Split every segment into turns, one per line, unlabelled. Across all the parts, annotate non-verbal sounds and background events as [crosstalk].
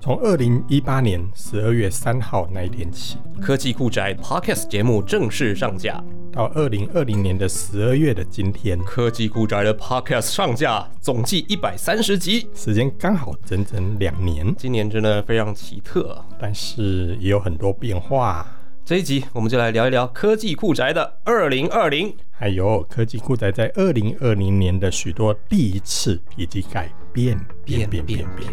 从二零一八年十二月三号那一天起，
科技酷宅 Podcast 节目正式上架。
到二零二零年的十二月的今天，
科技酷宅的 Podcast 上架总计一百三十集，
时间刚好整整两年，
今年真的非常奇特啊。
但是也有很多变化。
这一集我们就来聊一聊科技酷宅的二零二零。
还有科技酷宅在二零二零年的许多第一次以及改变，变变变变。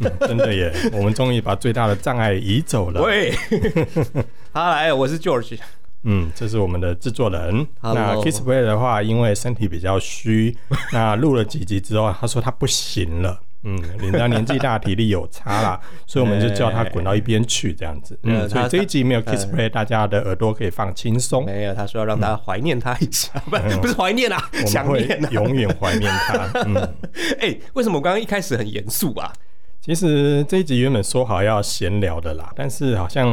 [laughs] 真的耶，我们终于把最大的障碍移走了。
喂， [laughs] 他来了，我是 George。
嗯，这是我们的制作人。那
Hello
Kissplay 的话，因为身体比较虚，那录了几集之后，他说他不行了。嗯，人家年纪大，体力有差
[laughs]
啦，所以我们就叫他滚到一边去，这样子。
呃
嗯，所以
他
这一集没有
他
Kissplay，大家的耳朵可以放轻松。
没有，他说要让大家怀念他一
[laughs]
下，不、不是怀念啊，
我们
想
会
念啊。
永远怀念他。嗯，
[laughs] 哎、为什么我刚刚一开始很严肃啊？
其实这一集原本说好要闲聊的啦，但是好像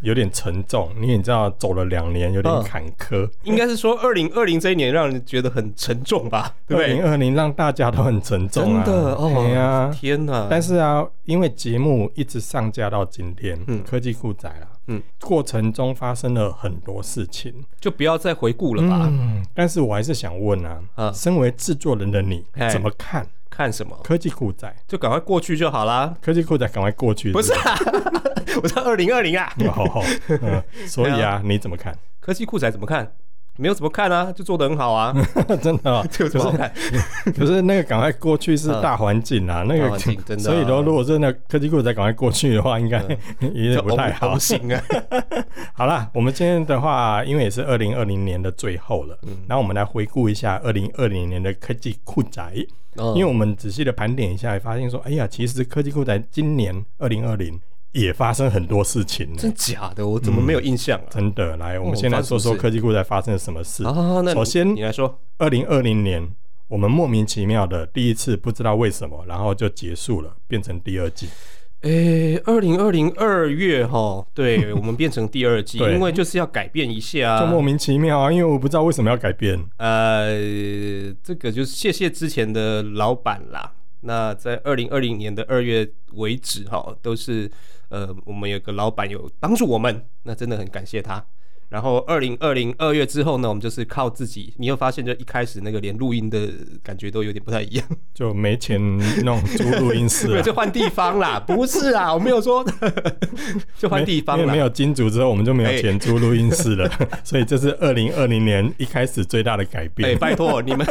有点沉重，因为你知道走了两年，有点
嗯
坎坷。
应该是说二零二零这一年让人觉得很沉重吧，对不
二零
对？
二零让大家都很沉重
真
啊，
的哦，
对啊。
天哪！
但是啊，因为节目一直上架到今天，
嗯
科技酷宅啦，
嗯，
过程中发生了很多事情，
就不要再回顾了吧。
嗯，但是我还是想问啊，
啊
身为制作人的你
嘿
怎么看
看什么？
科技酷宅？
就赶快过去就好啦。
科技酷宅赶快过去，
不
[laughs]
是啊， [laughs] 我在二零二零啊。
是吧，好好，嗯，
[laughs]
所以啊，你怎么看？ [laughs]
科技酷仔怎么看？没有怎么看啊，就做得很好 [laughs] 啊，
真的啊，
有
可
怎么好
是
[laughs] 看？
可是那个赶快过去是大环境啊，那
嗯大
个
环境真
[laughs]
的啊
所以说如果真的科技酷宅赶快过去的话，应该
嗯
有点不太好
红。心啊。
好啦，我们今天的话，因为也是二零二零年的最后了，
嗯
然后我们来回顾一下二零二零年的科技酷宅，因为
因为
我们仔细的盘点一下，也发现说，哎呀，其实科技酷宅今年二零二零也发生很多事情呢，
[laughs] 真假的，我怎么没有印象啊？
真的。来，我们
哦
先来说说
发生什么事
科技酷宅发生了什么事。
啊，那你
首先
你来说，
二零二零年，我们莫名其妙的第一次不知道为什么，然后就结束了，变成第二季。
诶，呃二零二零二月哈， [laughs] 对我们变成第二季，
对
因为就是要改变一下
就
啊。
莫名其妙啊，因为我不知道为什么要改变。
呃，这个就是谢谢之前的老板啦。那在二零二零年的二月为止哈，都是呃，我们有个老板有帮助我们，那真的很感谢他。然后二零二零二月之后呢，我们就是靠自己。你又发现，就一开始那个连录音的感觉都有点不太一样，
就没钱弄租录音室、
没有 [laughs]
啊，
就换地
[laughs]
方啦，不是啊，我没有说 [laughs] 就换地方
因为
啦哎
没。有金主之后，我们就没有钱租录音室
[laughs]
了，所以这是二零二零年一开始最大的改
哎、
变。
拜
[laughs]
托你们，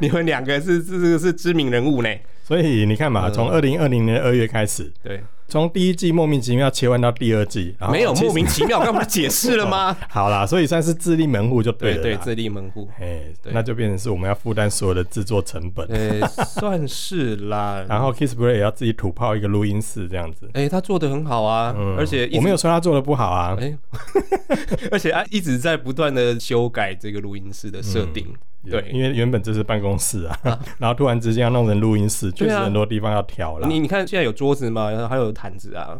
你们两个是是是是知名人物呢。
所以你看
嗯
嘛，从二零二零年二月开始，
对，
从第一季莫名其妙切换到第二季，然后
没有
哦其实
莫名其妙，刚不是解释了吗？
好啦，所以算是自立门户就对
对
了
对，
啦。
自立门户，
哎，
对
那就变成是我们要负担所有的制作成本， [laughs]
呃，算是啦。
然后 Kissplay 也要自己土炮一个录音室这样子。
哎，他做的很好啊，而且一
嗯
直
我没有说他做的不好啊，
哎，而且他啊一直在不断的修改这个录音室的设定。
嗯
对，
因为原本这是办公室啊， [laughs] 然后突然之间要弄成录音室，确
对
实
啊
很多地方要调啦。嗯
你你看现在有桌子嘛，然后还有毯子啊，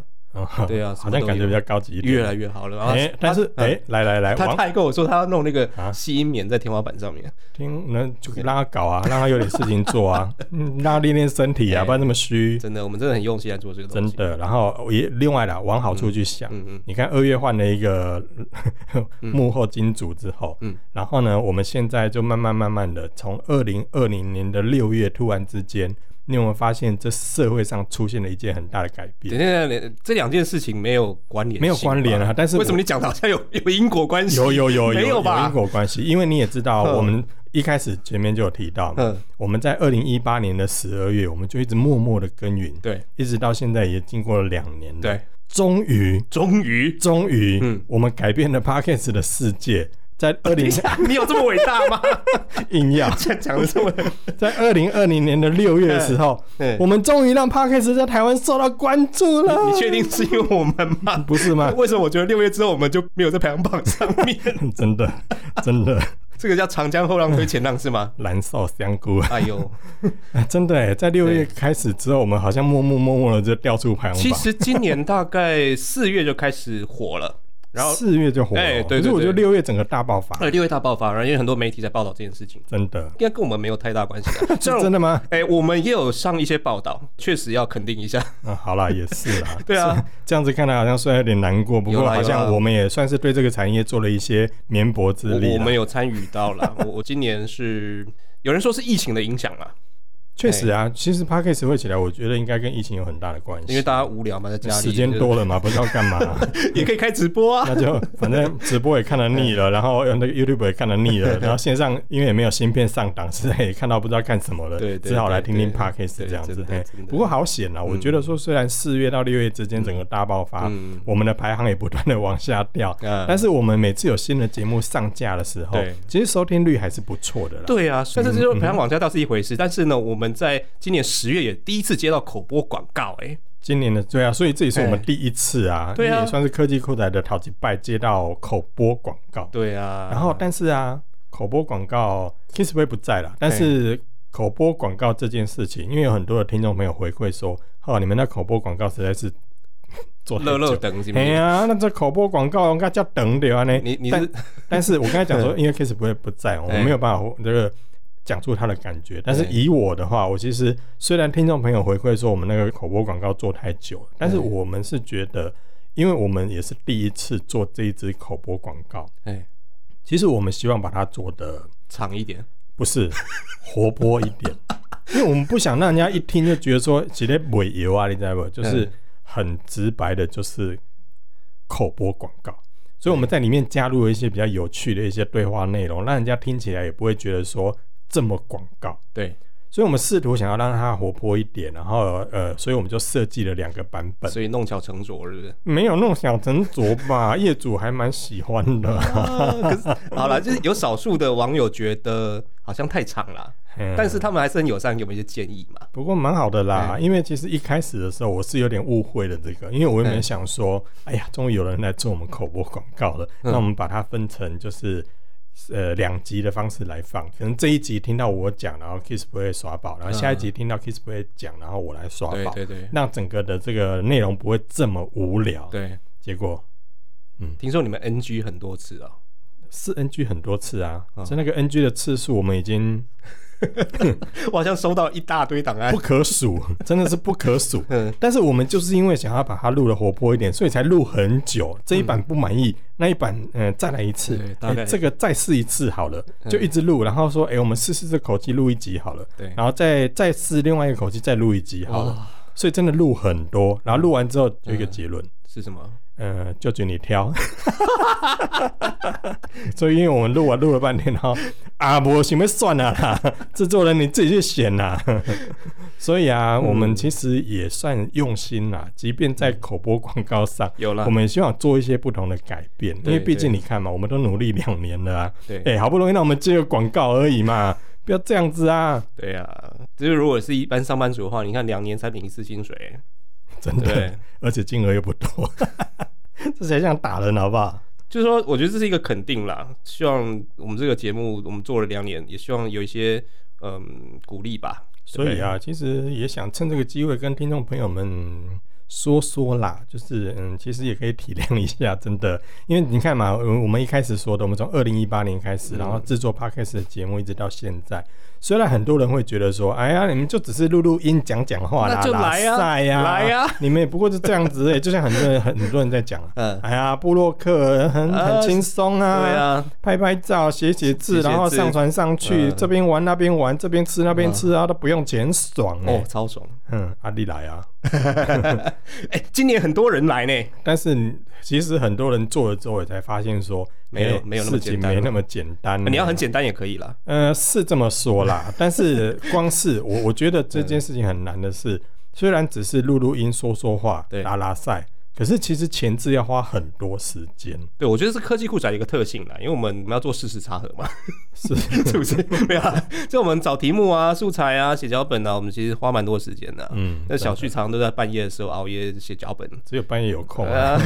对啊
[laughs] 好
什
像
么都
感觉
有
比较高级一点。
越来越好了。然嗯后
哎
他，
但是
他
哎，来来来，
他
王
他还跟我说他要弄那个
啊
吸音棉在天花板上面。
听那就让他搞啊，让他有点事情做
[laughs]
啊，嗯让他练练身体啊，
哎
不然那么虚，
真的，我们真的很用心来做这个东
真
西。
的。然后也另外啦，往好处去想，
嗯嗯
你看二月换了一个 [laughs] 幕后金主之后，
嗯
然后呢，我们现在就慢慢慢慢的从二零二零年的六月突然之间，你有没有发现这社会上出现了一件很大的改变？
等一下，等一下这两件事情没有关联，
没有关联啊，。但是
为什么
我
你讲的好像有有因果关
[laughs]
系？
有有有
没
有
有吧
因果关系，因为你也知道，
嗯
我们一开始前面就有提到嘛，
嗯，
我们在二零一八年的十二月，我们就一直默默的耕耘，
对
一直到现在也经过了两年，，
对，
终于，
终于
终于，
嗯
我们改变了 Parkes 的世界，在二零
等一下， [laughs] 你有这么伟大吗？
[laughs] 硬要
讲 [laughs] 讲的这 [laughs] 么……
在二零二零年的六月的时候，
嗯
我们终于让 Podcast 在台湾受到关注了。
你确定是因为我们 [laughs] 吗？
不是吗？ [laughs]
为什么我觉得六月之后我们就没有在排行榜上面？
真的，真的，
[laughs]
[laughs]
这个叫长江后浪推前浪是吗？
燃烧香菇，
[laughs] 哎呦，
啊真的耶在六月开始之后，我们好像默默默默的就掉出排行榜。
其实今年大概四月就开始火了，然后
四月就火了，
哎对对
可是我觉得
对
六月整个大爆发，
呃六月大爆发，然后因为很多媒体在报道这件事情，
真的，
应该跟我们没有太大关系 [laughs] 啊。虽
是
然
真的吗？
哎、我们也有上一些报道，确实要肯定一 [laughs] 下。。
嗯，好啦，也是啦
[laughs] 对啊
是，这样子看来好像虽然有点难过，不
有
过
啦
好
有啦
像我们也算是对这个产业做了一些绵薄之
我
力
我
啦
们有参与到了， [laughs] 我我今年是有人说是疫情的影响嘛，
确实啊，其实 p a c k a g e 会起来，我觉得应该跟疫情有很大的关系，
因为大家无聊嘛，在家里
时间
就
多了嘛，不知道干嘛、
[laughs] 也可以开直播啊。
那就反正直播也看得腻了，然后那个 YouTube 也看得腻
[laughs]
了，然后线上因为也没有新片上档，实在也看到不知道看什么了，
对对
只好来听听
对
Podcast
对
这样子
真。的
嘿
真的
不过好险啊，我觉得说虽然四月到六月之间整个大爆发，
嗯
我们的排行也不断的往下掉，
嗯
但是我们每次有新的节目上架的时候
对，
其实收听率还是不错的啦。
对啊，但是这就是排行榜下倒是一回事，但是呢，我们在今年十月也第一次接到口播广告、哎，
今年的对啊，所以这也是我们
哎
第一次啊，
对啊
也算是科技酷仔的淘气拜接到口播广告。
对啊，
然后，但是啊，口播广告 Kissplay 不在了，但是口播广告这件事情，因为有很多的听众朋友回馈说，哦，你们那口播广告实在是 [laughs] 做太久
乐乐。等是不
哎
是？
呀，那这口播广告应该叫等流啊呢。
你你
但
是
但是我刚才讲
[laughs]
说，因为 Kissplay 不在，我
哎
没有办法这个讲出他的感觉。但是
哎
以我的话，我其实虽然听众朋友回馈说我们那个口播广告做太久了，但是
哎
我们是觉得，因为我们也是第一次做这一支口播广告，
哎、
其实我们希望把它做的
长一点，
不是 [laughs] 活泼一点，因为我们不想让人家一听就觉得说直接尾油啊，你知道不？就是
嗯
很直白的，就是口播广告。所以我们在里面加入了一些比较有趣的一些对话内容，让人家听起来也不会觉得说这么广告。
对，
所以我们试图想要让它活泼一点，然后呃，所以我们就设计了两个版本，
所以弄巧成拙，是 [laughs] 不是？
没有那种小沉着吧，业主还蛮喜欢的。
啊可是好了，就是有少数的网友觉得好像太长了，
嗯
[laughs] 但是他们还是很友善，给我们一些建议嘛。
不过蛮好的啦，
哎
因为其实一开始的时候我是有点误会了这个，因为我原本想说，哎呀，终于有人来做我们口播广告了，
嗯
那我们把它分成就是呃两集的方式来放，可能这一集听到我讲，然后 Kiss Play 耍宝，然后下一集听到 Kiss Play 讲，然后我来耍宝，
嗯对
让整个的这个内容不会这么无聊。，
对，
结果
听说你们 NG 很多次啊、
是 NG 很多次啊，
嗯
所以那个 NG 的次数我们已经
我好像收到一大堆档案
不。可数，真的是不可数。
哎嗯，
但是我们就是因为想要把它录的活泼一点，所以才录很久。这一版不满意，那一版呃再来一次
嗯对，大
哎
概
这个再试一次好了，
嗯
就一直录，然后说哎、我们试试这口气录一集好了，
对
然后再再试另外一个口气再录一集好了。
哦
所以真的录很多，然后录完之后有一个结论，
[laughs] 是什么？
呃，就请你挑。 [laughs] 所以因为我们录完录了半天，然后啊，我想要算了啦， [laughs] 制作人你自己去选啦。 [laughs] 所以啊，我们其实也算用心
嗯
啦，即便在口播广告上，
有了
我，们也希望做一些不同的改变，因
嗯对
为毕
对
竟你看嘛，我们都努力两年了啊，
对、
哎、好不容易让我们接个广告而已嘛，不要这样子啊，
对啊，就是如果是一般上班族的话，你看两年才领一次薪水，
真 [laughs]
对不
的，
对，
而且金额又不多， [laughs] 这才像打人好不好？
就是说，我觉得这是一个肯定啦。希望我们这个节目我们做了两年，也希望有一些嗯鼓励吧。
所以啊，其实也想趁这个机会跟听众朋友们说说啦，就是嗯，其实也可以体谅一下，真的，因为你看嘛，呃我们一开始说的，我们从二零一八年开始，
嗯
然后制作 podcast 的节目一直到现在，虽然很多人会觉得说，哎呀，你们就只是录录音、讲讲话啦，
那就来
拉
啊
塞呀、
来呀
你们也不过就这样子而已，就像很多人很很多人在讲啊。
[laughs] 嗯，
哎呀，布洛克很很
啊
轻松啊，
对啊，
拍拍照、写写字，
写写字
然后上传上去，
嗯
这边玩那边玩，这边吃那边吃啊，都不用钱，爽
哦
哦，。
超爽。
嗯，阿丽来啊！
哎、今年很多人来呢。
但是你其实很多人做了之后，也才发现说，
没有
哎
没有那么
事情
简单哎
没那么简单。
你要很简单也可以啦。
呃，是这么说
[laughs]
啦，但是光是我，我觉得这件事情很难的是，虽然只是录录音、说说话、
嗯对
拉拉赛，可是其实前置要花很多时间，
对，我觉得是科技库宅一个特性啦，因为我们我们要做事实查核
[laughs]
嘛， [laughs]
是
是不是？没有啊，就我们找题目啊、素材啊、写脚本啊，我们其实花蛮多时间的、啊
嗯，
那小旭常常都在半夜的时候熬夜写脚本。
只有半夜有空、
[laughs]
啊，
啊，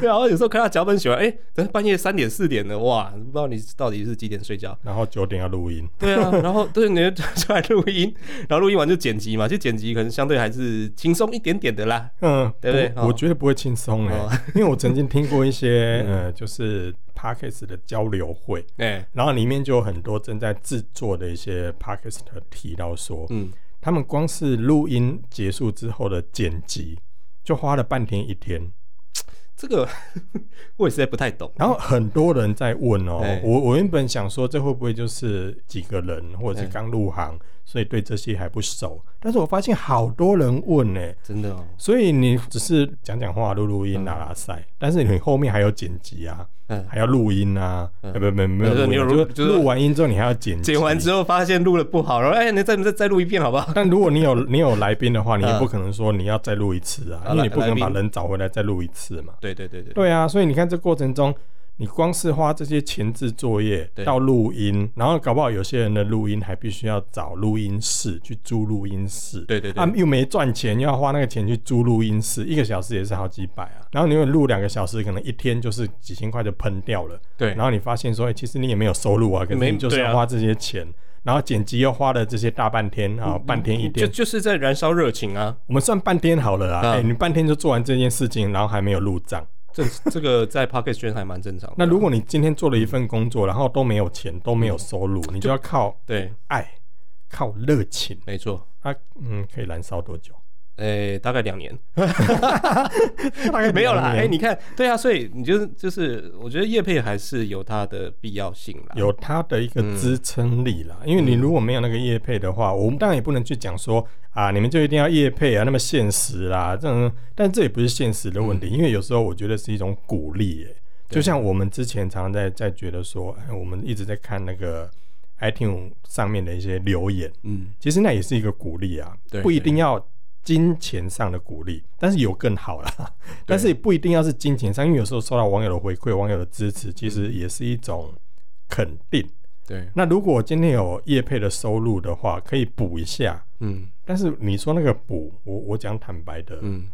对啊，我有时候看他脚本写完，哎、等半夜三点四点的，哇，不知道你到底是几点睡觉。
然后九点要录音，
对啊，然后对，你就出来录音，然后录音完就剪辑嘛，其实剪辑可能相对还是轻松一点点的啦。
[laughs] 嗯，
对不对
我
哦
我觉得不会轻松哎
哦，
[laughs]
嗯
因为我曾经听过一些呃，就是 podcast 的交流会，
哎、
然后里面就有很多正在制作的一些 podcast 提到说，
嗯，
他们光是录音结束之后的剪辑就花了半天一天，
这个 [laughs] 我也实在不太懂。
然后很多人在问哦
哎，
我我原本想说这会不会就是几个人或者是
哎
刚入行，所以对这些还不熟，但是我发现好多人问欸呢，
真的哦，
所以你只是讲讲话、录录音、拉拉赛，但是你后面还有剪辑啊，
嗯，
还要录音啊，
嗯
呃不不没有
就
录
是
音
你有
啊，
录
就是
就是
录完音之后你还要剪辑
剪完之后发现录的不好，然后哎、你再再再录一遍好不好？
但如果你有你有来宾的话，你也
嗯
不可能说你要再录一次啊，
好
因为
来
你不可能把
来宾
人找回来再录一次嘛。
对对对对，
对啊，所以你看这过程中，你光是花这些前置作业
对
到录音，然后搞不好有些人的录音还必须要找录音室去租录音室，
对对对
啊又没赚钱，又要花那个钱去租录音室，一个小时也是好几百啊。然后你有录两个小时，可能一天就是几千块就喷掉了。
对
然后你发现说，哎、其实你也没有收入啊，可是
没
你就是
对啊
要花这些钱。然后剪辑又花了这些大半天啊，半天一
嗯就
天，
就是在燃烧热情啊！
我们算半天好了啊！
嗯
哎、你半天就做完这件事情，然后还没有入账，
这这个在 p o c k e t 圈还蛮正常的。
那如果你今天做了一份工作，然后都没有钱，都没有收入，
嗯
你就要靠
对，
爱，靠热情
没错，
啊，嗯，可以燃烧多
[laughs]
久？
哎、大概两年。
大概
[laughs] 没有啦，
两
哎、
年
你看，对啊，所以你就是就是，我觉得叶配还是有它的必要性啦。嗯
有它的一个支撑力啦，因为你如果没有那个业配的话，我们当然也不能去讲说啊，你们就一定要业配啊，那么现实啦，这种，但这也不是现实的问题，因为有时候我觉得是一种鼓励耶，
嗯对
就像我们之前常常在在觉得说，哎，我们一直在看那个 iTunes 上面的一些留言，
嗯，
其实那也是一个鼓励啊，
对
不一定要金钱上的鼓励，但是有更好啦。但是也不一定要是金钱上，因为有时候收到网友的回馈、网友的支
嗯
持，其实也是一种肯定。
对，
那如果我今天有业配的收入的话，可以补一下。
嗯
但是你说那个补，我我讲坦白的，
嗯，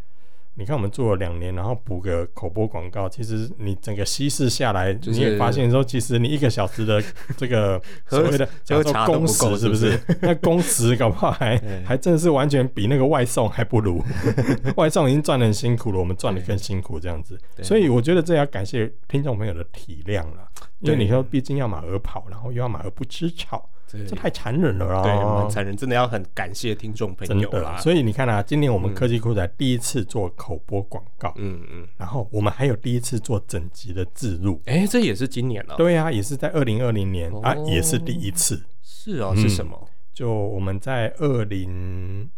你看我们做了两年，然后补个口播广告，其实你整个稀释下来，
就是
你也发现说，其实你一个小时的 [laughs] 这个所谓的
喝
叫
茶
做
都不
工
够
时，是不
是哎
是？
[laughs]
那工时搞不好还
对
还真的是完全比那个外送还不如， [laughs] 外送已经赚的很辛苦了，我们赚的更辛苦这样子。
对
所以我觉得这要感谢听众朋友的体谅了，因为
对
你说毕竟要马儿跑，然后又要马儿不吃草，
对
这太残忍了啊！
对，蛮残忍，真的要很感谢听众朋
真
友
的
啦。，
所以你看啊，今年我们科技酷仔第一次做口播广告，
嗯嗯，
然后我们还有第一次做整集的置入，
哎、这也是今年了、
对啊，也是在二零二零年、啊
哦，
也是第一次。
是哦，
嗯
是什么？
就我们在二零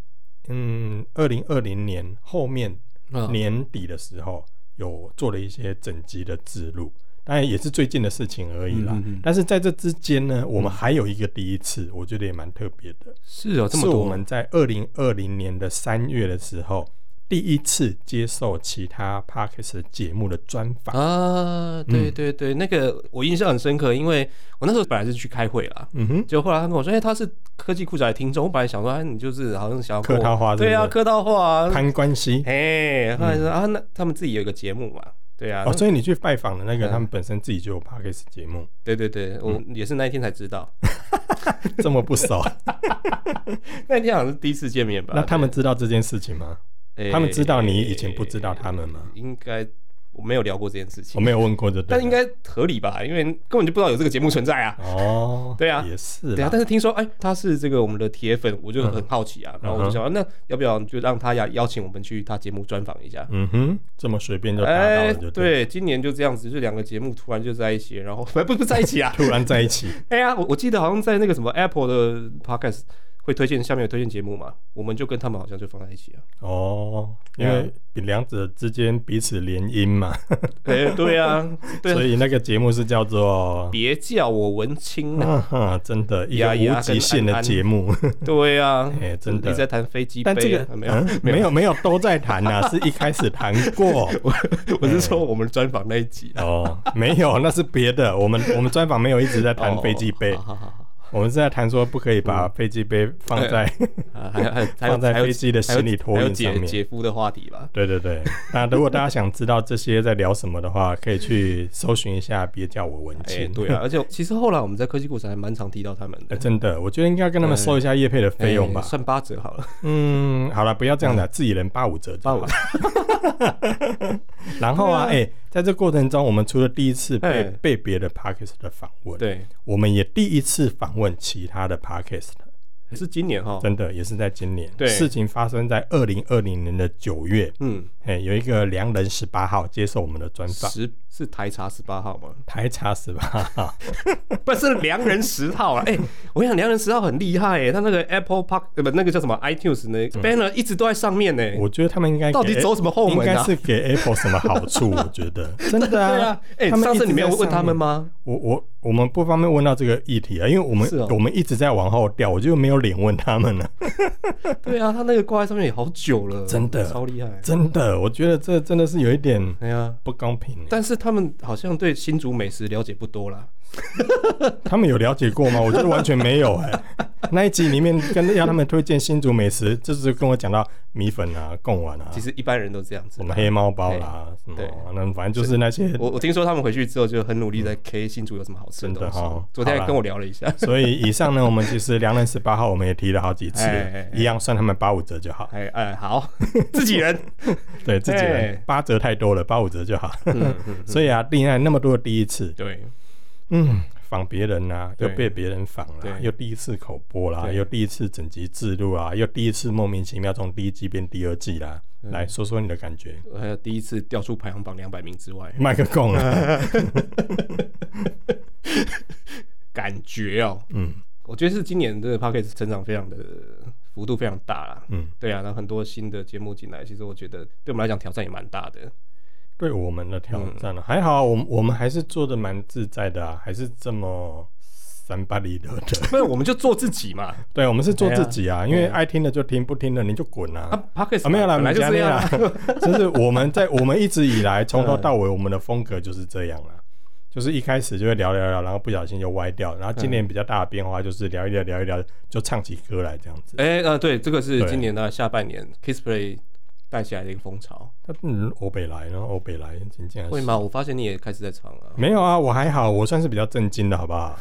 嗯二零二零年后面
嗯
年底的时候，有做了一些整集的置入，当然也是最近的事情而已啦。
嗯嗯嗯
但是在这之间呢，我们还有一个第一次，我觉得也蛮特别的，
是哦，这么
是
多
我们在二零二零年的三月的时候。第一次接受其他 Parkes 节目的专访，
啊，
嗯
对对对，那个我印象很深刻，因为我那时候本来是去开会啦，
嗯哼，
就后来他跟我说，哎、他是科技酷宅的听众，我本来想说，哎、你就是好像想要跟我
客套话是不是
对啊，客套话啊，
攀关
[laughs]
系。
哎，后来说、啊，那他们自己有一个节目嘛，对啊，
哦，所以你去拜访的那个，
嗯
他们本身自己就有 podcast 节目，
对对对，我
嗯
也是那一天才知道， [laughs]
这么不熟，
那一天好像是第一次见面吧，
那他们知道这件事情吗？
对
他们知道你以前
哎
不知道他们吗？
应该我没有聊过这件事
我
情，
没有问过就对了，
但应该合理吧，因为根本就不知道有这个节目存在啊。
哦，
对啊
也是
对啊
啦，，
但是听说哎，他是这个我们的铁粉，我就
嗯
很好奇啊，然后我就想，那要不要就让他邀邀请我们去他节目专访一下？
嗯哼，这么随便就达到
哎
了，就对了，
对，今年就这样子，就两个节目突然就在一起，然后不不不在一起啊，
突然在一起，
哎呀，我我记得好像在那个什么 Apple 的 Podcast 会推荐下面有推荐节目嘛，我们就跟他们好像就放在
[laughs]
一起啊。
哦，因为
啊
两者之间彼此联姻嘛，
哎、对
[laughs]
啊，对
所
啊，
以那个节目是叫做。
别叫我文青
[laughs]
啊，
啊哈，真的，一个
呀呀
无极限的节目， [laughs]
对啊，
哎，真
你
的。
在谈飞机杯啊、
但这个
啊没有、
嗯
没
没
有，
有没有都在谈呐，是一开始谈过
[laughs] 我是说我们专访那一集啊，
哦，没有，那是别的。我们我们专访没有一直在谈哎飞机杯
哦，好好好
我们是在谈说不可以把飞机杯放在
好啊，还有还有还有
放在
还有
飞机的行李托
还有
运上
姐
面。
姐夫的话题吧。
对 [laughs] 对对，那如果大家想知道这些在聊什么的话，可以去搜寻一下，别叫我文
哎、
青。
对啊，而且其实后来我们在科技股上还蛮常提到他们的
呃，，真的，我觉得应该跟他们收一下业配的 [laughs] 费用吧
哎。算八折好了，
嗯，好了，不要这样的，自己人八五折就
八
好。 [laughs]
五折。
然后啊，哎、在这过程中，我们除了第一次被、
哎
被别的 podcast 的访问，，
对，
我们也第一次访问其他的 podcast，
是今年哈，
真的也是在今年。
哦对
事情发生在二零二零年的九月，
嗯，
哎、有一个良人十八号接受我们的专访，
十是台茶十八号
[laughs]
吗？
台茶十八号，
不是良人十号 [laughs] 啊！哎、我想良人十号很厉害哎、他那个 Apple Park 呃不那个叫什么 iTunes 呢 banner 一直都在上面欸呢、
嗯我觉得他们应该
到底
给哎
走什么后
应
门
该
啊？
是给 Apple 什么好
[laughs]
处？我觉得真的
对
啊
啊，，哎、
他们
上
一直
次你没有
在
问
上
他
面 [laughs]
们吗？
我我我们不方便问到这个议题啊，因为我们、
是哦
我们一直在往后调，我就没有脸问他们了。
对啊，他那个挂在上面也好久了，
真的
超厉害。
真的，我觉得这真的是有一点
哎呀，
不公平。
但是他们好像对新竹美食了解不多啦。
他们有了解过
[laughs]
吗？我觉得完全没有哎、那一集里面跟要他们推荐新竹美食，就是跟我讲到米粉啊、贡丸啊
其，实一般人都这样子
什
啦。
么黑猫包啦，什么
对
那反正就是那些。
我我听说他们回去之后就很努力在 K 新竹有什么好吃
嗯真的
东西。
哈
昨天
好啦
还跟我聊了
[laughs]
一下，
所以以上呢，我们其实良人十八号我们也提了好几次
哎哎，哎
一样算他们八五折就好。
哎哎，好， [laughs] 自己
[laughs]
人。
对自己人
哎
八折太多了，八五折就好。
嗯嗯，
[laughs] 所以啊，恋爱那么多的第一次，
对，
嗯，仿别人啊，又
对
被别人仿啦，
对
又第一次口播啦，
对
又第一次整集制录啊，又第一次莫名其妙从第一季变第二季啦。来说说你的感觉，
还有第一次调出排行榜两百名之外，
麦克贡
[laughs]
啊，
感觉哦，
嗯
我觉得是今年这个 p o c k e t 成长非常的幅度非常大啦。
嗯，
对啊，然后很多新的节目进来，其实我觉得对我们来讲挑战也蛮大的。 [laughs]
对我们的挑战
嗯
啊，还好啊，我们我们还是做的蛮自在的啊，还是这么三八里的的。
不然我们就做自己嘛。
对，我们是做
哎呀
自己啊，因为
哎呀
爱听的就听，不听的你就滚
啊
啊。
p o c k e t
啊，没有啦，
本来就
没有
这样
啦
啊。，
[laughs] 就是我们在我们一直以来从头
嗯
到尾我们的风格就是这样啦，就是一开始就会聊聊聊，然后不小心就歪掉，然后今年比较大的变化就是聊一聊聊一聊就唱起歌来这样子。
[laughs] 哎呃，对，这个是
对
今年的下半年 Kissplay 带起来的一个风潮，
他嗯，欧北来，然后欧北来，真正
会
是
吗？我发现你也开始在唱啊。
没有啊，我还好，我算是比较震惊的，好不
[laughs]
好？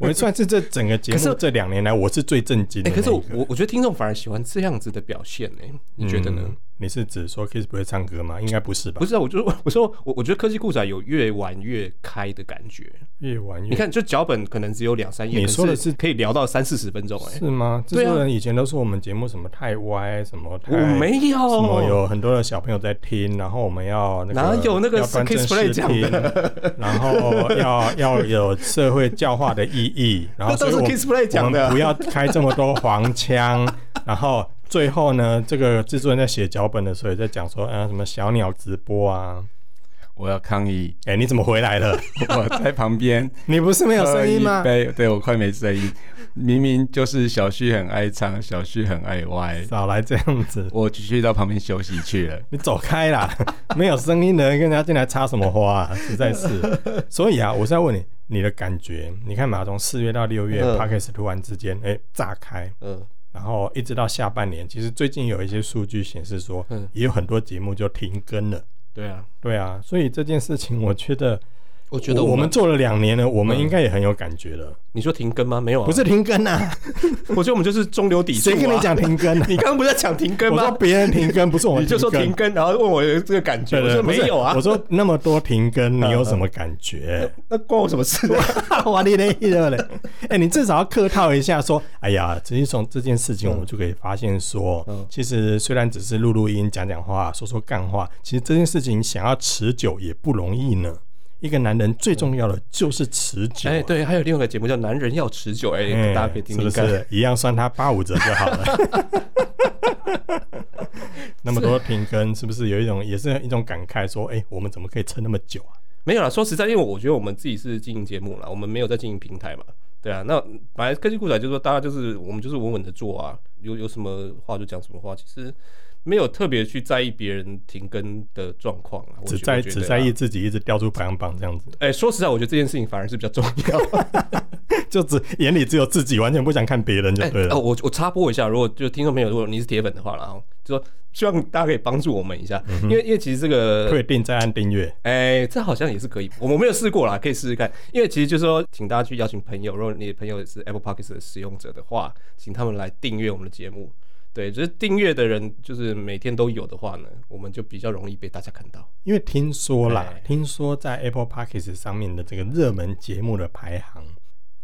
我算是这整个节
可
目
是
这两年来我是最震惊的
哎、
那
可
一
是
个、
我我我觉得听众反而喜欢这样子的表现呢、你觉得呢？
嗯你是指说 Kiss 不会唱歌吗？应该不是吧？
不是啊，我就 [laughs] 我说我我觉得科技酷仔有越玩越开的感觉。
越玩
你
越。
看，就脚本可能只有两三页，
你说的
可是可以聊到三四十分钟哎、
是吗？制
对啊
作人以前都说我们节目什么太歪，什么太
我没有，
哎什么有很多的小朋友在听，然后我们要那个
哪有那个
要
是
端正
Kiss
视
Play
听
讲
然后要要有社会教化的意义，然后所
那都
以
是
我
Kissplay 讲的
我们不要开这么多黄腔， [laughs] 然后。最后呢，这个制作人在写脚本的时候也在讲说，啊、什么小鸟直播啊，
我要抗议， [laughs]
哎、你怎么回来了？
我在旁边
你不是 [laughs] 没有声音
喝
吗
一？杯对我快没声音，明明就是小旭很爱唱，小旭很爱歪，
少来这样子，
我只去到旁边休息去了。
你走开
[laughs]
啦！没有声音的人跟人家进来插什么花、啊，实
[laughs]
在是。所以啊，我是要问你，你的感觉？你看嘛，从四月到六月、
嗯
p a c k e s 突然之间哎、炸开，
嗯，
然后一直到下半年，其实最近有一些数据显示说，
嗯
也有很多节目就停更了。
对啊，
对啊，所以这件事情，我觉得
我觉得
我
我们
们做了两年了，我们
嗯
应该也很有感觉了。
你说停更吗？没有、啊，
不，是停更啊，
我觉得我们就是中流砥柱、啊。
谁跟你？讲停更、啊？
[laughs] 你刚刚不是在讲停更
我说
吗？
别人停更，不是我们
你就说
更
停更，然后问我有这个感觉，
对
我
对，
说
不
没
是
有啊
我，说那么多停更，你有什么感觉？
那关我什么事、啊？
[laughs] 哇，你嘞，
[laughs]
对嘞？哎，你至少要客套一下，说，哎呀，其实从这件事情，我们就可以发现说，
嗯
其实虽然只是录录音、讲讲话、说说干话，其实这件事情想要持久也不容易呢。一个男人最重要的就是持久啊、
哎，对，还有另外一个节目叫《男人要持久》，哎，
哎
大家可以听
是
听
不
看。
是一样算他八五折就好了？ [laughs] 那么多平根，是不是有一种也是一种感慨？说，哎、我们怎么可以撑那么久啊？
没有啦，说实在，因为我觉得我们自己是经营节目啦，我们没有在经营平台嘛。对啊，那本来科技股仔就说大家就是我们就是稳稳的做啊，有有什么话就讲什么话，其实没有特别去在意别人停更的状况啊，我
只
觉
在
我觉得
只
啊
在意。自己一直掉出排行榜这样子，
哎、说实在，我觉得这件事情反而是比较重要。
[laughs] 就只眼里只有自己，完全不想看别人就
哎、
对了。
哦，我我插播一下，如果就听众朋友，如果你是铁粉的话啦，哦就说希望大家可以帮助我们一下，
嗯
因为因为其实
[laughs]
这个
退订再按订阅，
哎，这好像也是可以，我我没有试过啦，可以试试看。因为其实就是说，请大家去邀请朋友，如果你的朋友是 Apple Podcast 的使用者的话，请他们来订阅我们的节目。对，就是订阅的人，就是每天都有的话呢，我们就比较容易被大家看到。
因为听说啦
哎，
听说在 Apple Podcast 上面的这个热门节目的排行，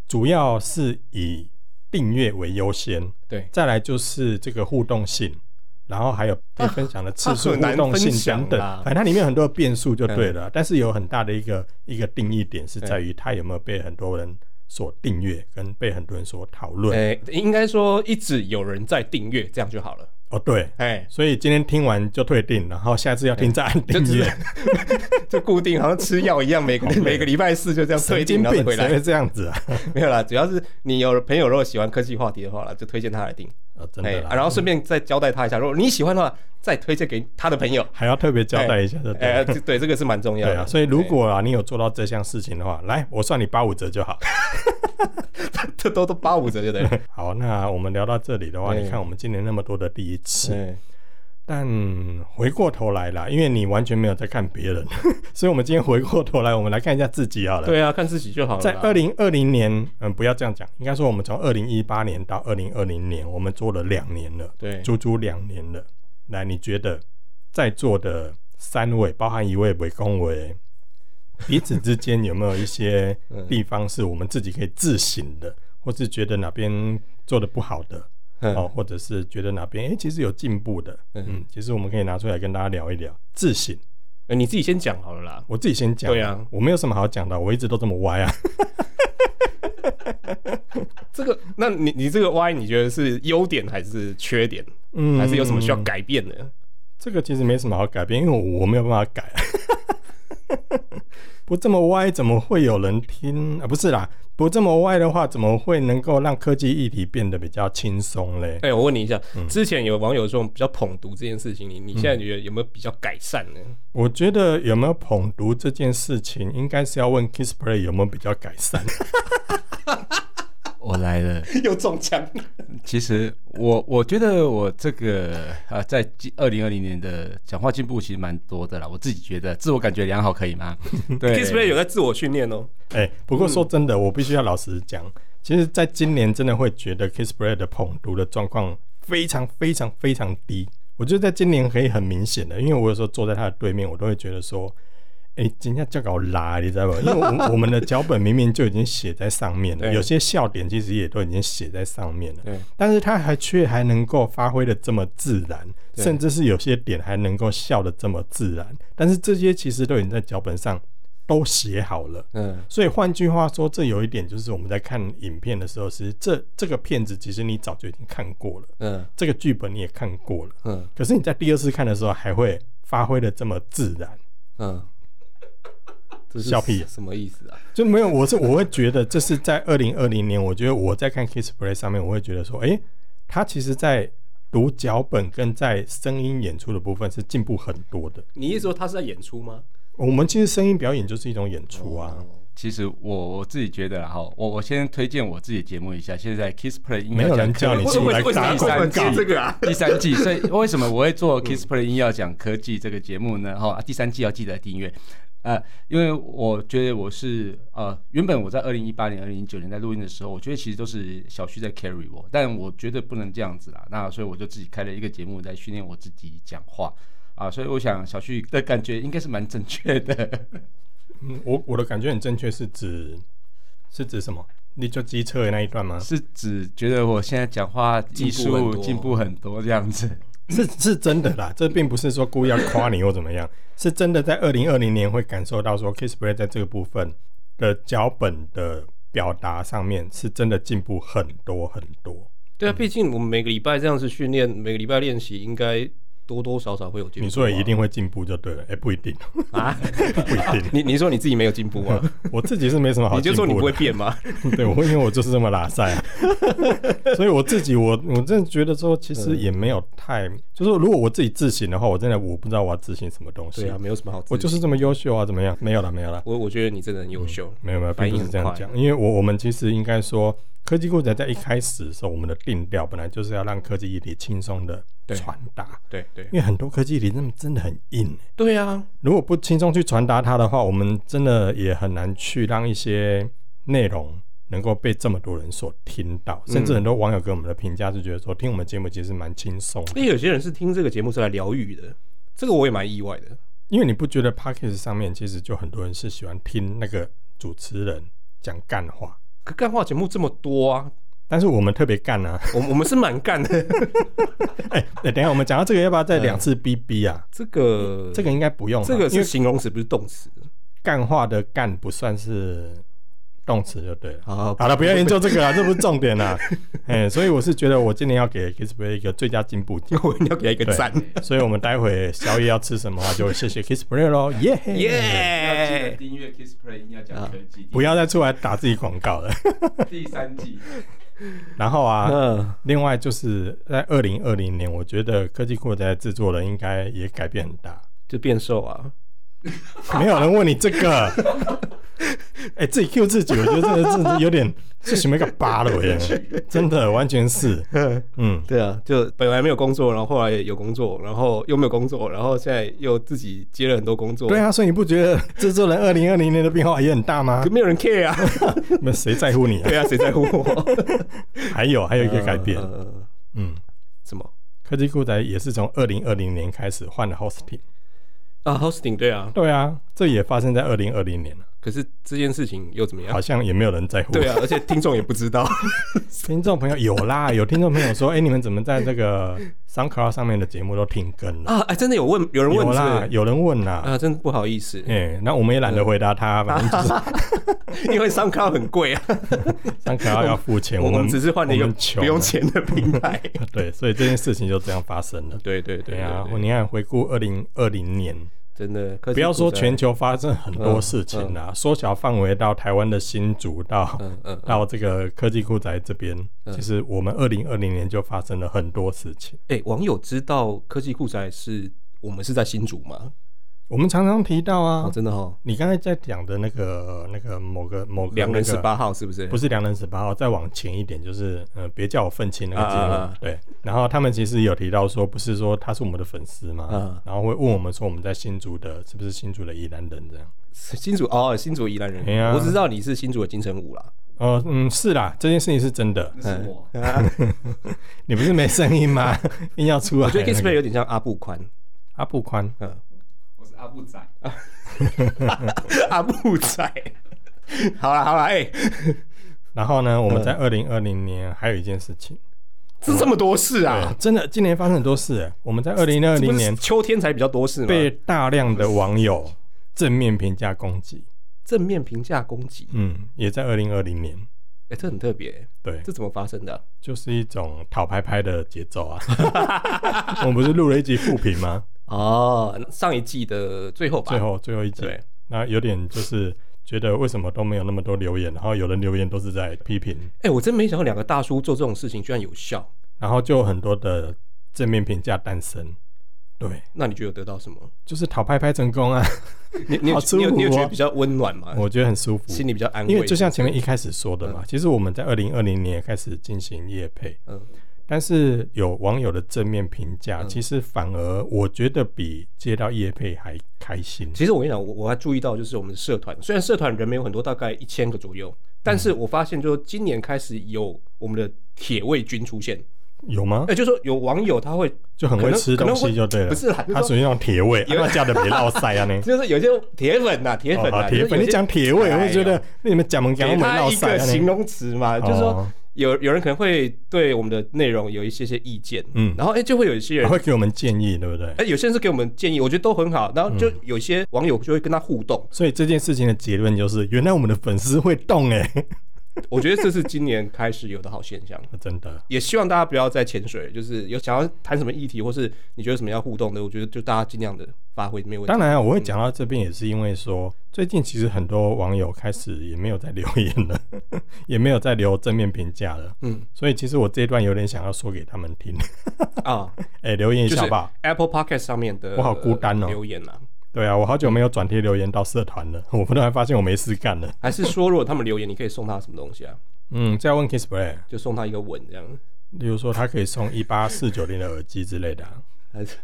主要是以订阅为优先，
对，
再来就是这个互动性，然后还有被分享的次数、互
它它啊很难
动
分
性
享
等等
啦，嗯
反正它里面有很多变数就对了。但是有很大的一个一个定义点是在于它有没有被很多人所订阅，跟被很多人所讨论。
哎，应该说一直有人在订阅，这样就好了。
哦，对，
哎，
所以今天听完就退订，然后下次要听再按订阅。
就固定好像吃药一样，每
[laughs]
个每个礼拜四就这样退
神
订，
经
然后
病
再回
谁会
来。
这样子啊？
没有啦，主要是你有朋友如果喜欢科技话题的话啦，就推荐他来订。
哦，真
哎
的
啊
啦。
然后顺便再交代他一下，如果你喜欢的话，再推荐给他的朋友。
还要特别交代一下，对不
哎、
对？
这对，这个是蛮重要
对
的。
啊，所以如果啊你有做到这项事情的话，来，我算你八五折就好。
哎这 [laughs] 都都八五折，对
[laughs]
不对？
好，那我们聊到这里的话，
对
你看我们今年那么多的第一次，
哎
但回过头来啦，因为你完全没有在看别人， [laughs] 所以我们今天回过头来，我们来看一下自己好了。，
对啊，看自己就好了啦。
在二零二零年，嗯，不要这样讲，应该说我们从二零一八年到二零二零年，我们做了两年了，
对，
足足两年了。来，你觉得在座的三位，包含一位伪公
[laughs]
维，彼此之间有没有一些
嗯
地方是我们自己可以自省的，或是觉得哪边做的不好的？哦，
嗯
或者是觉得哪边哎、诶其实有进步的，
嗯
嗯，其实我们可以拿出来跟大家聊一聊。自省，
哎你自己先讲好了啦。
我自己先讲，
对啊，
我没有什么好讲的，我一直都这么
[laughs]
歪啊。
这个，那你你这个 Y，你觉得是优点还是缺点，
嗯
还是有什么需要？改变的？
这个其实没什么好改变，因为我我没有办法改。 [laughs] 不这么歪，怎么会有人听啊？不是啦，不这么歪的话，怎么会能够让科技议题变得比较轻松嘞？
哎、我问你一下，
嗯
之前有网友说比较捧读这件事情，你你现在觉得有没有比较改善呢？
我觉得有没有捧读这件事情，应该是要问 Kissplay 有没有比较改善。
我来了。
又中枪，
其实我我觉得我这个啊，在二零二零年的讲话进步其实蛮多的啦。我自己觉得自我感觉良好，可
[laughs]
以吗？对
Kissplay 有在自我训练哦。
哎、不过说真的，我必须要老实讲，其实在今年真的会觉得 Kissplay 的捧读的状况非常非常非常低。我觉得在今年可以很明显的，因为我有时候坐在他的对面，我都会觉得说，哎、今天教稿拉，你知道吗？因为
[laughs]
我我们的脚本明明就已经写在上面了，
对
有些笑点其实也都已经写在上面了，
对，
但是他还却还能够发挥的这么自然，
对
甚至是有些点还能够笑的这么自然，但是这些其实都已经在脚本上都写好了。
嗯，
所以换句话说，这有一点就是我们在看影片的时候，其实这这个片子其实你早就已经看过了，
嗯
这个剧本你也看过了，
嗯
可是你在第二次看的时候还会发挥的这么自然，
嗯，这是
笑屁
什么意思啊？
就没有我是我会觉得这是在二零二零年，我觉得我在看 Kiss Play 上面，我会觉得说，诶，他其实在读脚本跟在声音演出的部分是进步很多的。
你意思说他是在演出吗？
我们其实声音表演就是一种演出啊，
哦
其实我我自己觉得啦哈，我我先推荐我自己的节目一下，现在 Kiss Play 音
没有
乐
人叫
讲课
你出
为什么
来
为什么
打
要突然
广
接
告
这。
[laughs]
个啊？
第三季，所以为什么我会
嗯
做 Kiss Play 音乐讲科技这个节目呢？哈、啊第三季要记得订阅。呃，因为我觉得我是呃，原本我在二零一八年、二零一九年在录音的时候，我觉得其实都是小旭在 carry 我，但我觉得不能这样子啦。那所以我就自己开了一个节目来训练我自己讲话啊，所以我想小旭的感觉应该是蛮正确的。
[laughs] 嗯，我我的感觉很正确，是指是指什么？你就机车的那一段吗？
是指觉得我现在讲话艺
进步很
术
多
进步很多这样子。
是是真的啦，这并不是说故意要夸你或怎么样，是真的在二零二零年会感受到说 Kissplay 在这个部分的脚本的表达上面是真的进步很多很多。
对啊，毕竟我们每个礼拜这样子训练，每个礼拜练习，应该多多啊少少会有进步、
你说的一定会进步就对了，哎、不一定，
啊？
不一定，
[laughs] 你你说你自己没有进步吗？
我自己是没什 [laughs] 么好
你
进
就
步的。
说你不会变
[laughs]
吗？
对，我因为我就是这么拉塞、啊， [laughs] 所以我自己我我真的觉得说，其实也没有太，就是如果我自己自省的话，我真的我不知道我要自省什么东西。
对啊，没有什么好自信。
我就是这么优秀啊，怎么样？没有了，没有了，
我，我觉得你真的很优秀。
没有没有，
反
并
应
不是这样
很
讲，因为我我们其实应该说，科技故宅在一开始的时候，我们的定调本来就是要让科技议题轻松的
对
传达，
对对
因为很多科技议题真的真的很硬、
对啊，
如果不轻松去传达它的话，我们真的也很难去让一些内容能够被这么多人所听到，
嗯
甚至很多网友给我们的评价是觉得说，听我们节目其实蛮轻松的，
因为有些人是听这个节目是来疗愈的，这个我也蛮意外的。
因为你不觉得 p o d c a s t 上面其实就很多人是喜欢听那个主持人讲干话，
可干话节目这么多啊，
但是我们特别干啊！
我我们是蛮干的。
哎、哎等一下我们讲到这个，要不要再两次逼逼啊？
这个
[laughs] 这个应该不用啊，
嗯这个
因
是
为
形容词，不是动词。
干话的干不算是动词就对了。
好
好了，不要研究这个啊，这不是重点啦。哎，所以我是觉得我今年要给 Kissplay 一个最佳进步奖，
我一定要给他一个
对
赞，
所以我们待会宵夜要吃什么啊，就谢谢 Kissplay 咯，耶、
[laughs] 要记得
耶！
订阅 Kiss Play 音要讲科技，
哎啊不要再出来打自己广告了。
第三季。
然后啊，
嗯，
另外就是在二零二零年，我觉得科技酷宅制作人应该也改变很大，
就变瘦啊。
没有人问你这个。
[laughs]
哎、自己 Q 自己，我觉得真的真的有点是什么一个八了
[laughs]
耶，真的完全是，嗯，
对啊，就本来没有工作，然后后来有工作，然后又没有工作，然后现在又自己接了很多工作。
对，啊，所以你不觉得制作人二零二零年的变化也很大吗
可？没有人
[laughs]
care 啊。
那谁在乎你啊？
对啊，谁在乎我？
还有还有一个改变，
呃呃
嗯，
什么
科技酷宅也是从二零二零年开始换了 hosting。
啊？Hosting 对啊，
对啊，这也发生在二零二零年了，
可是这件事情又怎么样
好？像也没有人在乎。
对啊，而且听众也
[laughs]
不知道。
听众朋友有
[laughs]
啦，有听众朋友说，哎、你们怎么在这个 SoundCloud 上面的节目都停更了？
啊，哎，真的有问，有人问
有啦，
是
有人问啦。
啊，真的不好意
[laughs]
思，
哎、那我们也懒得回答
[laughs]
他，反正就是
因为上课很贵啊，
SoundCloud 要付钱，
我
们
们只是换了一
哎我
个
们穷啊
不用钱的平
[laughs]
台。
对，所以这件事情就这样发生了。
对 [laughs] 对
对
对
啊，
对
你看回顾二零二零年，
真的
不要说全
球，
球发生很多事情啦，缩小范围到台湾的新竹到。
嗯嗯，嗯
到这个科技酷宅这边，其实我们二零二零年就发生了很多事情。
哎，网友知道科技酷宅是我们是在新竹吗？
我们常常提到啊
哦，，真的哦，
你刚才在讲的那个那个某个某个
两
那
人
个
十八号是不是？
不是良人十八号，再往前一点就是，呃，别叫我愤青那个节目，
啊啊啊
对。然后他们其实有提到说，不是说他是我们的粉丝嘛，
啊
然后会问我们说我们在新竹的，是不是新竹的宜兰人这样？
是新竹哦，新竹宜兰
哎
人
呀，
我只知道你是新竹的金城武啦。
哦，嗯，是啦，这件事情是真的。
那是我，
你不是没声音吗？ [laughs] 硬要出来、
我觉
那
得 Kiss
个
Play 有点像阿布宽，
阿布宽，
嗯， [laughs]
我是阿布仔，
啊阿布仔。 [laughs] 好啦好啦，哎，
然后呢，我们在二零二零年还有一件事情，
这这么多事啊
对，，真的，今年发生很多事。欸我们在二零二
这
零
不是
年
秋天才比较多事嘛，
被大量的网友正面评价攻击，
正面评价攻击，
嗯，也在二零二零年，
哎、这很特别，
对，
这怎么发生的啊、
就是一种讨拍拍的节奏啊。 [laughs] 我们不是录了一集复评吗？
哦，上一季的最后吧，
嗯最后最后一集，
对，
那有点就是觉得为什么都没有那么多留言，然后有人留言都是在批评，
哎、我真没想到两个大叔做这种事情居然有效。
然后就有很多的正面评价诞生。对，
那你觉得有得到什么？
就是讨拍拍成功
[laughs]
啊，
你你有、
好舒服
你有你有觉得
哦
比较温暖吗？
我觉得很舒服。
呃心里比较安慰，
因为就像前面一开始说的嘛，其实我们在二零二零年也开始进行业配，
嗯
但是有网友的正面评价，其实反而我觉得比接到业配还开心。
其实我跟你讲，我我还注意到，就是我们的社团，虽然社团人没有很多，大概一千个左右，但
嗯
是我发现，就是今年开始有我们的铁卫军出现，
有吗
哎、？就是说有网友他会
就很
可
会
能
吃
可能
东
会
西就对了。
不是啦，就是
啊他
说
属于那种铁胃，
有。
他叫的别落塞啊呢
就是有些铁粉呐、 [laughs] 铁粉呐、啊
哦铁
就是
粉，
有
你
些
讲铁胃，我
哎
就觉
呦
得你们讲门讲
给
门
他
落
一
塞
个
啊
形
呢。
容词嘛，就是说
哦
有有人可能会对我们的内容有一些些意见，
嗯
然后哎、就会有一些人
还会给我们建议，对不对？
哎、有些人是给我们建议，我觉得都很好。然后
嗯
就有些网友就会跟他互动，
所以这件事情的结论就是，原来我们的粉丝会动哎、 [laughs]
我觉得这是今年开始有的好现象。
真的。
也希望大家不要再潜水，就是有想要谈什么议题，或是你觉得什么要互动的，我觉得就大家尽量的发挥，没有问题。
当然啊，我会讲到这边也是因为说，最近其实很多网友开始也没有在留言了， [laughs] 也没有在留正面评价了，
嗯
所以其实我这一段有点想要说给他们听， [laughs]
啊
哎、留言一下吧。
，Apple Podcast 上面的
我好孤单哦
留言啊，
对啊，我好久没有转贴留言到社团了， [laughs] 我突然发现我没事干了。
还是说如果他们留言，你可以送他什么东西啊？
嗯，再问 Kissplay，
就送他一个吻这样，
例如说他可以送一八四九零的耳机之类的啊、
还是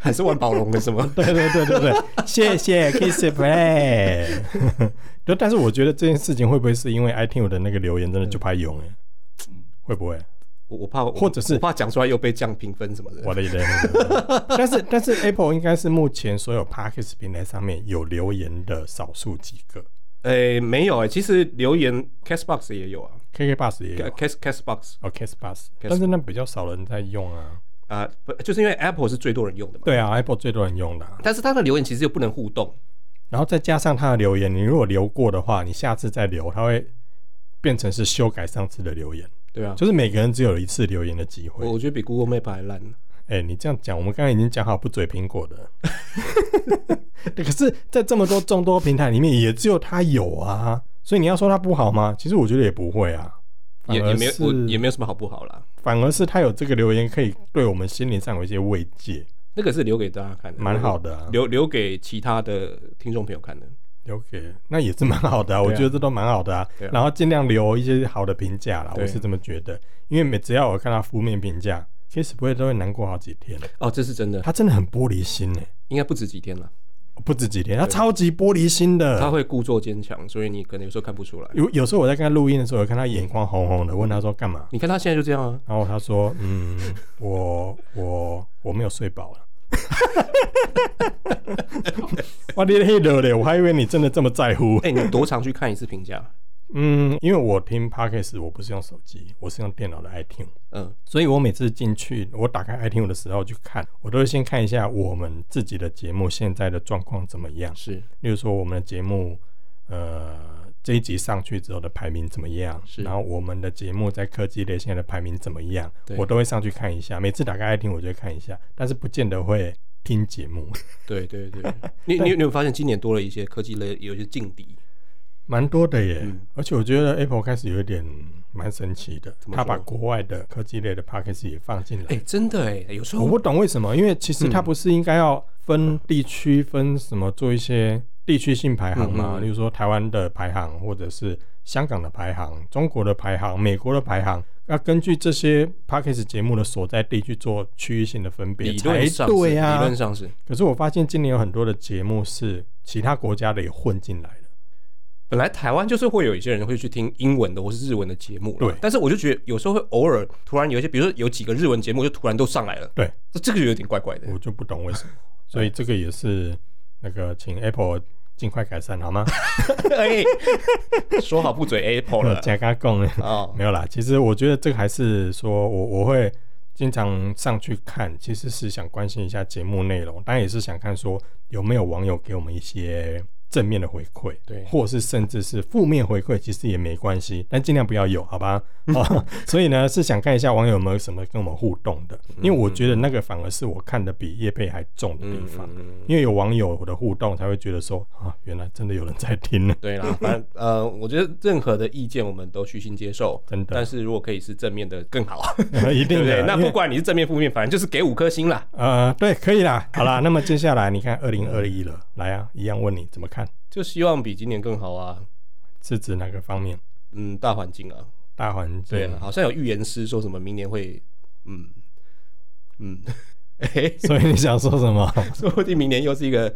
还是万宝龙的
[laughs]
什么？
对对对对对， [laughs] 谢谢 Kissplay。对， [laughs] 但是我觉得这件事情会不会是因为 iTunes 的那个留言真的就拍涌哎、会不会？
我我怕我
或者是
我怕讲出来又被降评分什么的。
我的人， [laughs] 但是但是 Apple 应该是目前所有 Podcast 平台上面有留言的少数几个
诶、哎没有诶、啊其实留言 Castbox 也有啊
，KK Bus 也有
，Cast Castbox
，OK Bus，但是那比较少人在用啊。
啊、不就是因为 Apple 是最多人用的嘛。
对啊，Apple 最多人用的啊、
但是它的留言其实又不能互动，
然后再加上他的留言，你如果留过的话，你下次再留，他会变成是修改上次的留言，
对啊，
就是每个人只有一次留言的机会
我。我觉得比 Google Map 还烂。
哎、你这样讲，我们刚才已经讲好不嘴苹果的， [laughs] 可是，在这么多众多平台里面，也只有它有啊。所以你要说它不好吗？其实我觉得也不会啊，
也也没有我也
没，
没有什么好不好啦，
反而是它有这个留言，可以对我们心灵上有一些慰藉，
那个是留给大家看的，
蛮好的、啊，留
留留给其他的听众朋友看的。
留给那也是蛮好的、啊，
对啊
我觉得这都蛮好的啊。
对啊
然后尽量留一些好的评价啦，
对
我是这么觉得，因为每只要我看到负面评价，其实不会都会难过好几天。
哦，这是真的，
他真的很玻璃心呢、欸
应该不止几天了。
不止几天，他超级玻璃心的。
他会故作坚强，所以你可能有时候看不出来。
有有时候我在跟他录音的时候，我看他眼眶红红的，问他说干嘛？
你看他现在就这样啊，
然后他说：“
[laughs]
嗯，我我我没有睡饱了。”哇，你黑的嘞！我还以为你真的这么在乎。
哎、你多常去看一次评价？
嗯，因为我听 podcast 我不是用手机，我是用电脑的 iTune，
嗯，
所以我每次进去，我打开 iTune 的时候去看，我都会先看一下我们自己的节目现在的状况怎么样。
是
例如说我们的节目，呃，这一集上去之后的排名怎么样？
是
然后我们的节目在科技类现在的排名怎么样
对？
我都会上去看一下，每次打开爱听我就会看一下，但是不见得会听节目，
对对
[laughs]
对。你你有你有发现今年多了一些科技类，有一些劲敌，
蛮多的耶。
嗯
而且我觉得 Apple 开始有一点蛮神奇的，
怎么
他
说
把国外的科技类的 p a c k a g e 也放进来。
哎、真的哎、有时
我
候
不懂为什么，因为其实它
嗯
不是应该要分地区、分什么做一些地区性排行嘛？
嗯嗯
例如说台湾的排行，或者是香港的排行、中国的排行、美国的排行，要根据这些 p a c k a g e 节目的所在地去做区域性的分别
理
才
论上是
对啊呀、
理论上是
可是我发现今年有很多的节目是其他国家的也混进来了，
本来台湾就是会有一些人会去听英文的或是日文的节目啦，
对
但是我就觉得有时候会偶尔突然有一些，比如说有几个日文节目就突然都上来了，
对，
这这个就有点怪怪的。
我就不懂为
[laughs]
什么。所以这个也是那个，请 Apple 尽快改善好吗？
哎，说好不嘴
[laughs]
[laughs]
Apple 了
加加贡。
哦，
[laughs] 没有啦，其实我觉得这个还是说我我会经常上去看，其实是想关心一下节目内容，当然也是想看说有没有网友给我们一些正面的回馈，
对
或是甚至是负面回馈，其实也没关系，但尽量不要有，好
[laughs]
吧？哦、所以呢，是想看一下网友有没有什么跟我们互动的，
嗯
因为我觉得那个反而是我看的比叶配还重的地
嗯
方。
嗯嗯，
因为有网友的互动，才会觉得说啊，原来真的有人在听呢， [laughs]
对啦，反正呃，我觉得任何的意见我们都虚心接受，
真
但
的，
是如果可以是正面的更好，
啊 [laughs]
啊
一
[laughs] 对
定
不
的啊
对？。那
因为
不管你是正面负面，反正就是给五颗星啦。
呃，对，可以啦，好啦， [laughs] 那么接下来你看二零二一了，来啊，一样问你怎么看，
就希望比今年更好啊。
是指哪个方面？
嗯，大环境啊，
大环境？
对啊，好像有预言师说什么明年会，嗯 [laughs] 嗯，哎、
[laughs] 所以你想说什么？
说不定明年又是一个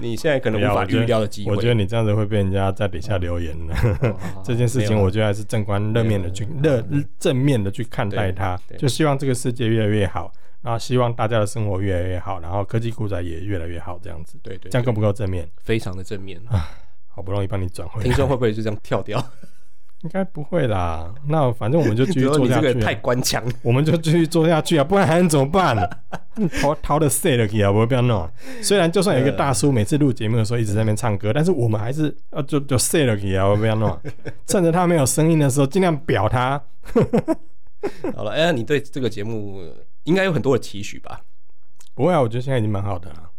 你现在可能无法预料的机会。
啊
哦
我觉得你这样子会被人家在底下留言的。 [laughs]
啊
这件事情，我觉得还是正观热面的去热正面的去看待它
对，对
就希望这个世界越来越好，然后希望大家的生活越来越好，然后科技股仔也越来越好，这样哎子，
对对，
这样够不够正面？
非常的正面。
好不容易帮你转回来，
听众会不会就这样跳掉？
[laughs] 应该不会啦。那反正我们就继
[laughs] 比
续
如说
做
你
下
这
去
个
啊、
太官腔，
我们就继续做下去啊，不然还能怎么
[laughs]
办？嗯逃逃的碎了，啊要不要不要弄。虽然就算有
呃
一个大叔每次录节目的时候一直在那边唱歌，但是我们还是啊就就碎了，要不要
[laughs]
弄。啊趁着他没有声音的时候，尽量表他。
好了，哎、你对这个节目呃应该有很多的期许吧？
不会啊，我觉得现在已经蛮好的了。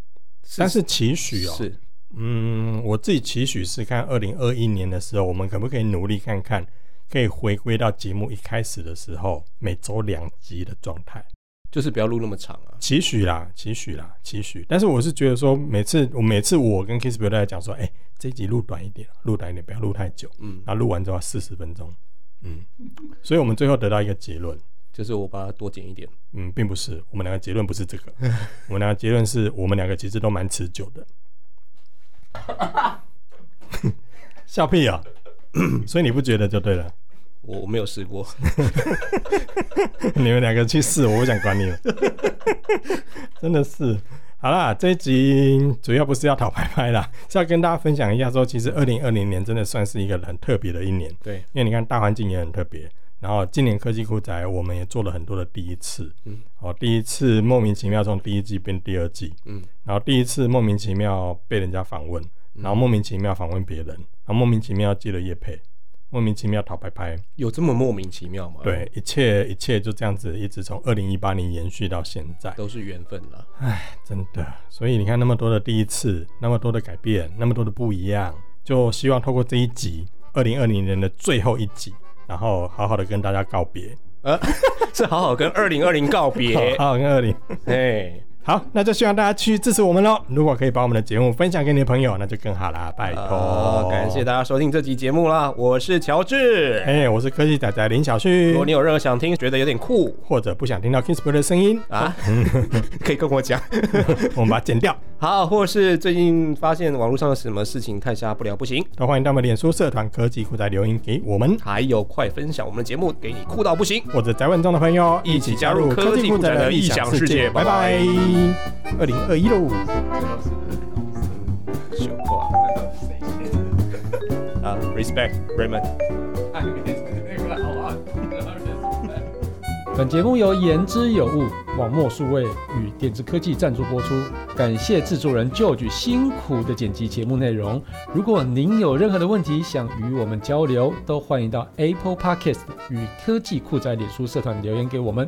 但是期许哦，
是
嗯，我自己期许是看二零二一年的时候，我们可不可以努力看看，可以回归到节目一开始的时候每周两集的状态。
就是不要录那么长啊。
期许啦，期许啦，期许。但是我是觉得说，每次我每次我跟 Kiss 表都在讲说，哎、这一集录短一点，啊录短一点，不要录太久。
嗯，
那录完之后四十分钟，嗯，所以我们最后得到一个结论，
就是我把它多剪一点。
嗯，并不是我们两个结论不是这个，我们两个结论是我们两个其实都蛮持久的。 [laughs] 笑屁啊！ [coughs] 所以你不觉得就对了，
我我没有试过，
你们两个去试，我不想管你了， [laughs] 真的是。好啦，这一集主要不是要讨拍拍啦，是要跟大家分享一下说，其实二零二零年真的算是一个很特别的一年，
[laughs] 对，
因为你看大环境也很特别。然后今年科技酷宅我们也做了很多的第一次，
嗯
哦，第一次莫名其妙从第一季变第二季，
嗯，
然后第一次莫名其妙被人家访问，然后莫名其妙访问别人，然后莫名其妙接了叶配，莫名其妙讨拍拍，
有这么莫名其妙吗？，
对，一切一切就这样子，一直从二零一八年延续到现在，
都是缘分啦。 [laughs]
真的。所以你看那么多的第一次，那么多的改变，那么多的不一样，就希望透过这一集，二零二零年的最后一集，然后好好的跟大家告别，
是好好跟二零二零告 [laughs] 别。
好好跟二零。 [laughs]
哎，
好，那就希望大家去支持我们喽。如果可以把我们的节目分享给你的朋友，那就更好啦，拜托、
好，感谢。大家收听这期节目啦，我是乔治。
哎、我是科技仔仔林小旭
如果，你有任何想听，觉得有点酷
或者不想听到 Kingsbury 的声音， [laughs]
啊， [laughs] 可以跟我讲。
我们把它剪掉。
好，或是最近发现网络上有什么事情太瞎不聊不行，
都欢迎到我们脸书社团科技酷仔留言给我们，
还有快分享我们的节目给你酷到不行。
或者宅问中的朋友
一起加入科技酷宅的异想世界
拜拜，二零二一喽。
悬挂。
[laughs]
啊，respect Raymond。
哎
本节目由言之有物、网络数位与电子科技赞助播出，感谢制作人 George 辛苦的剪辑节目内容。如果您有任何的问题想与我们交流，都欢迎到 Apple Podcast 与科技酷宅脸书社团留言给我们。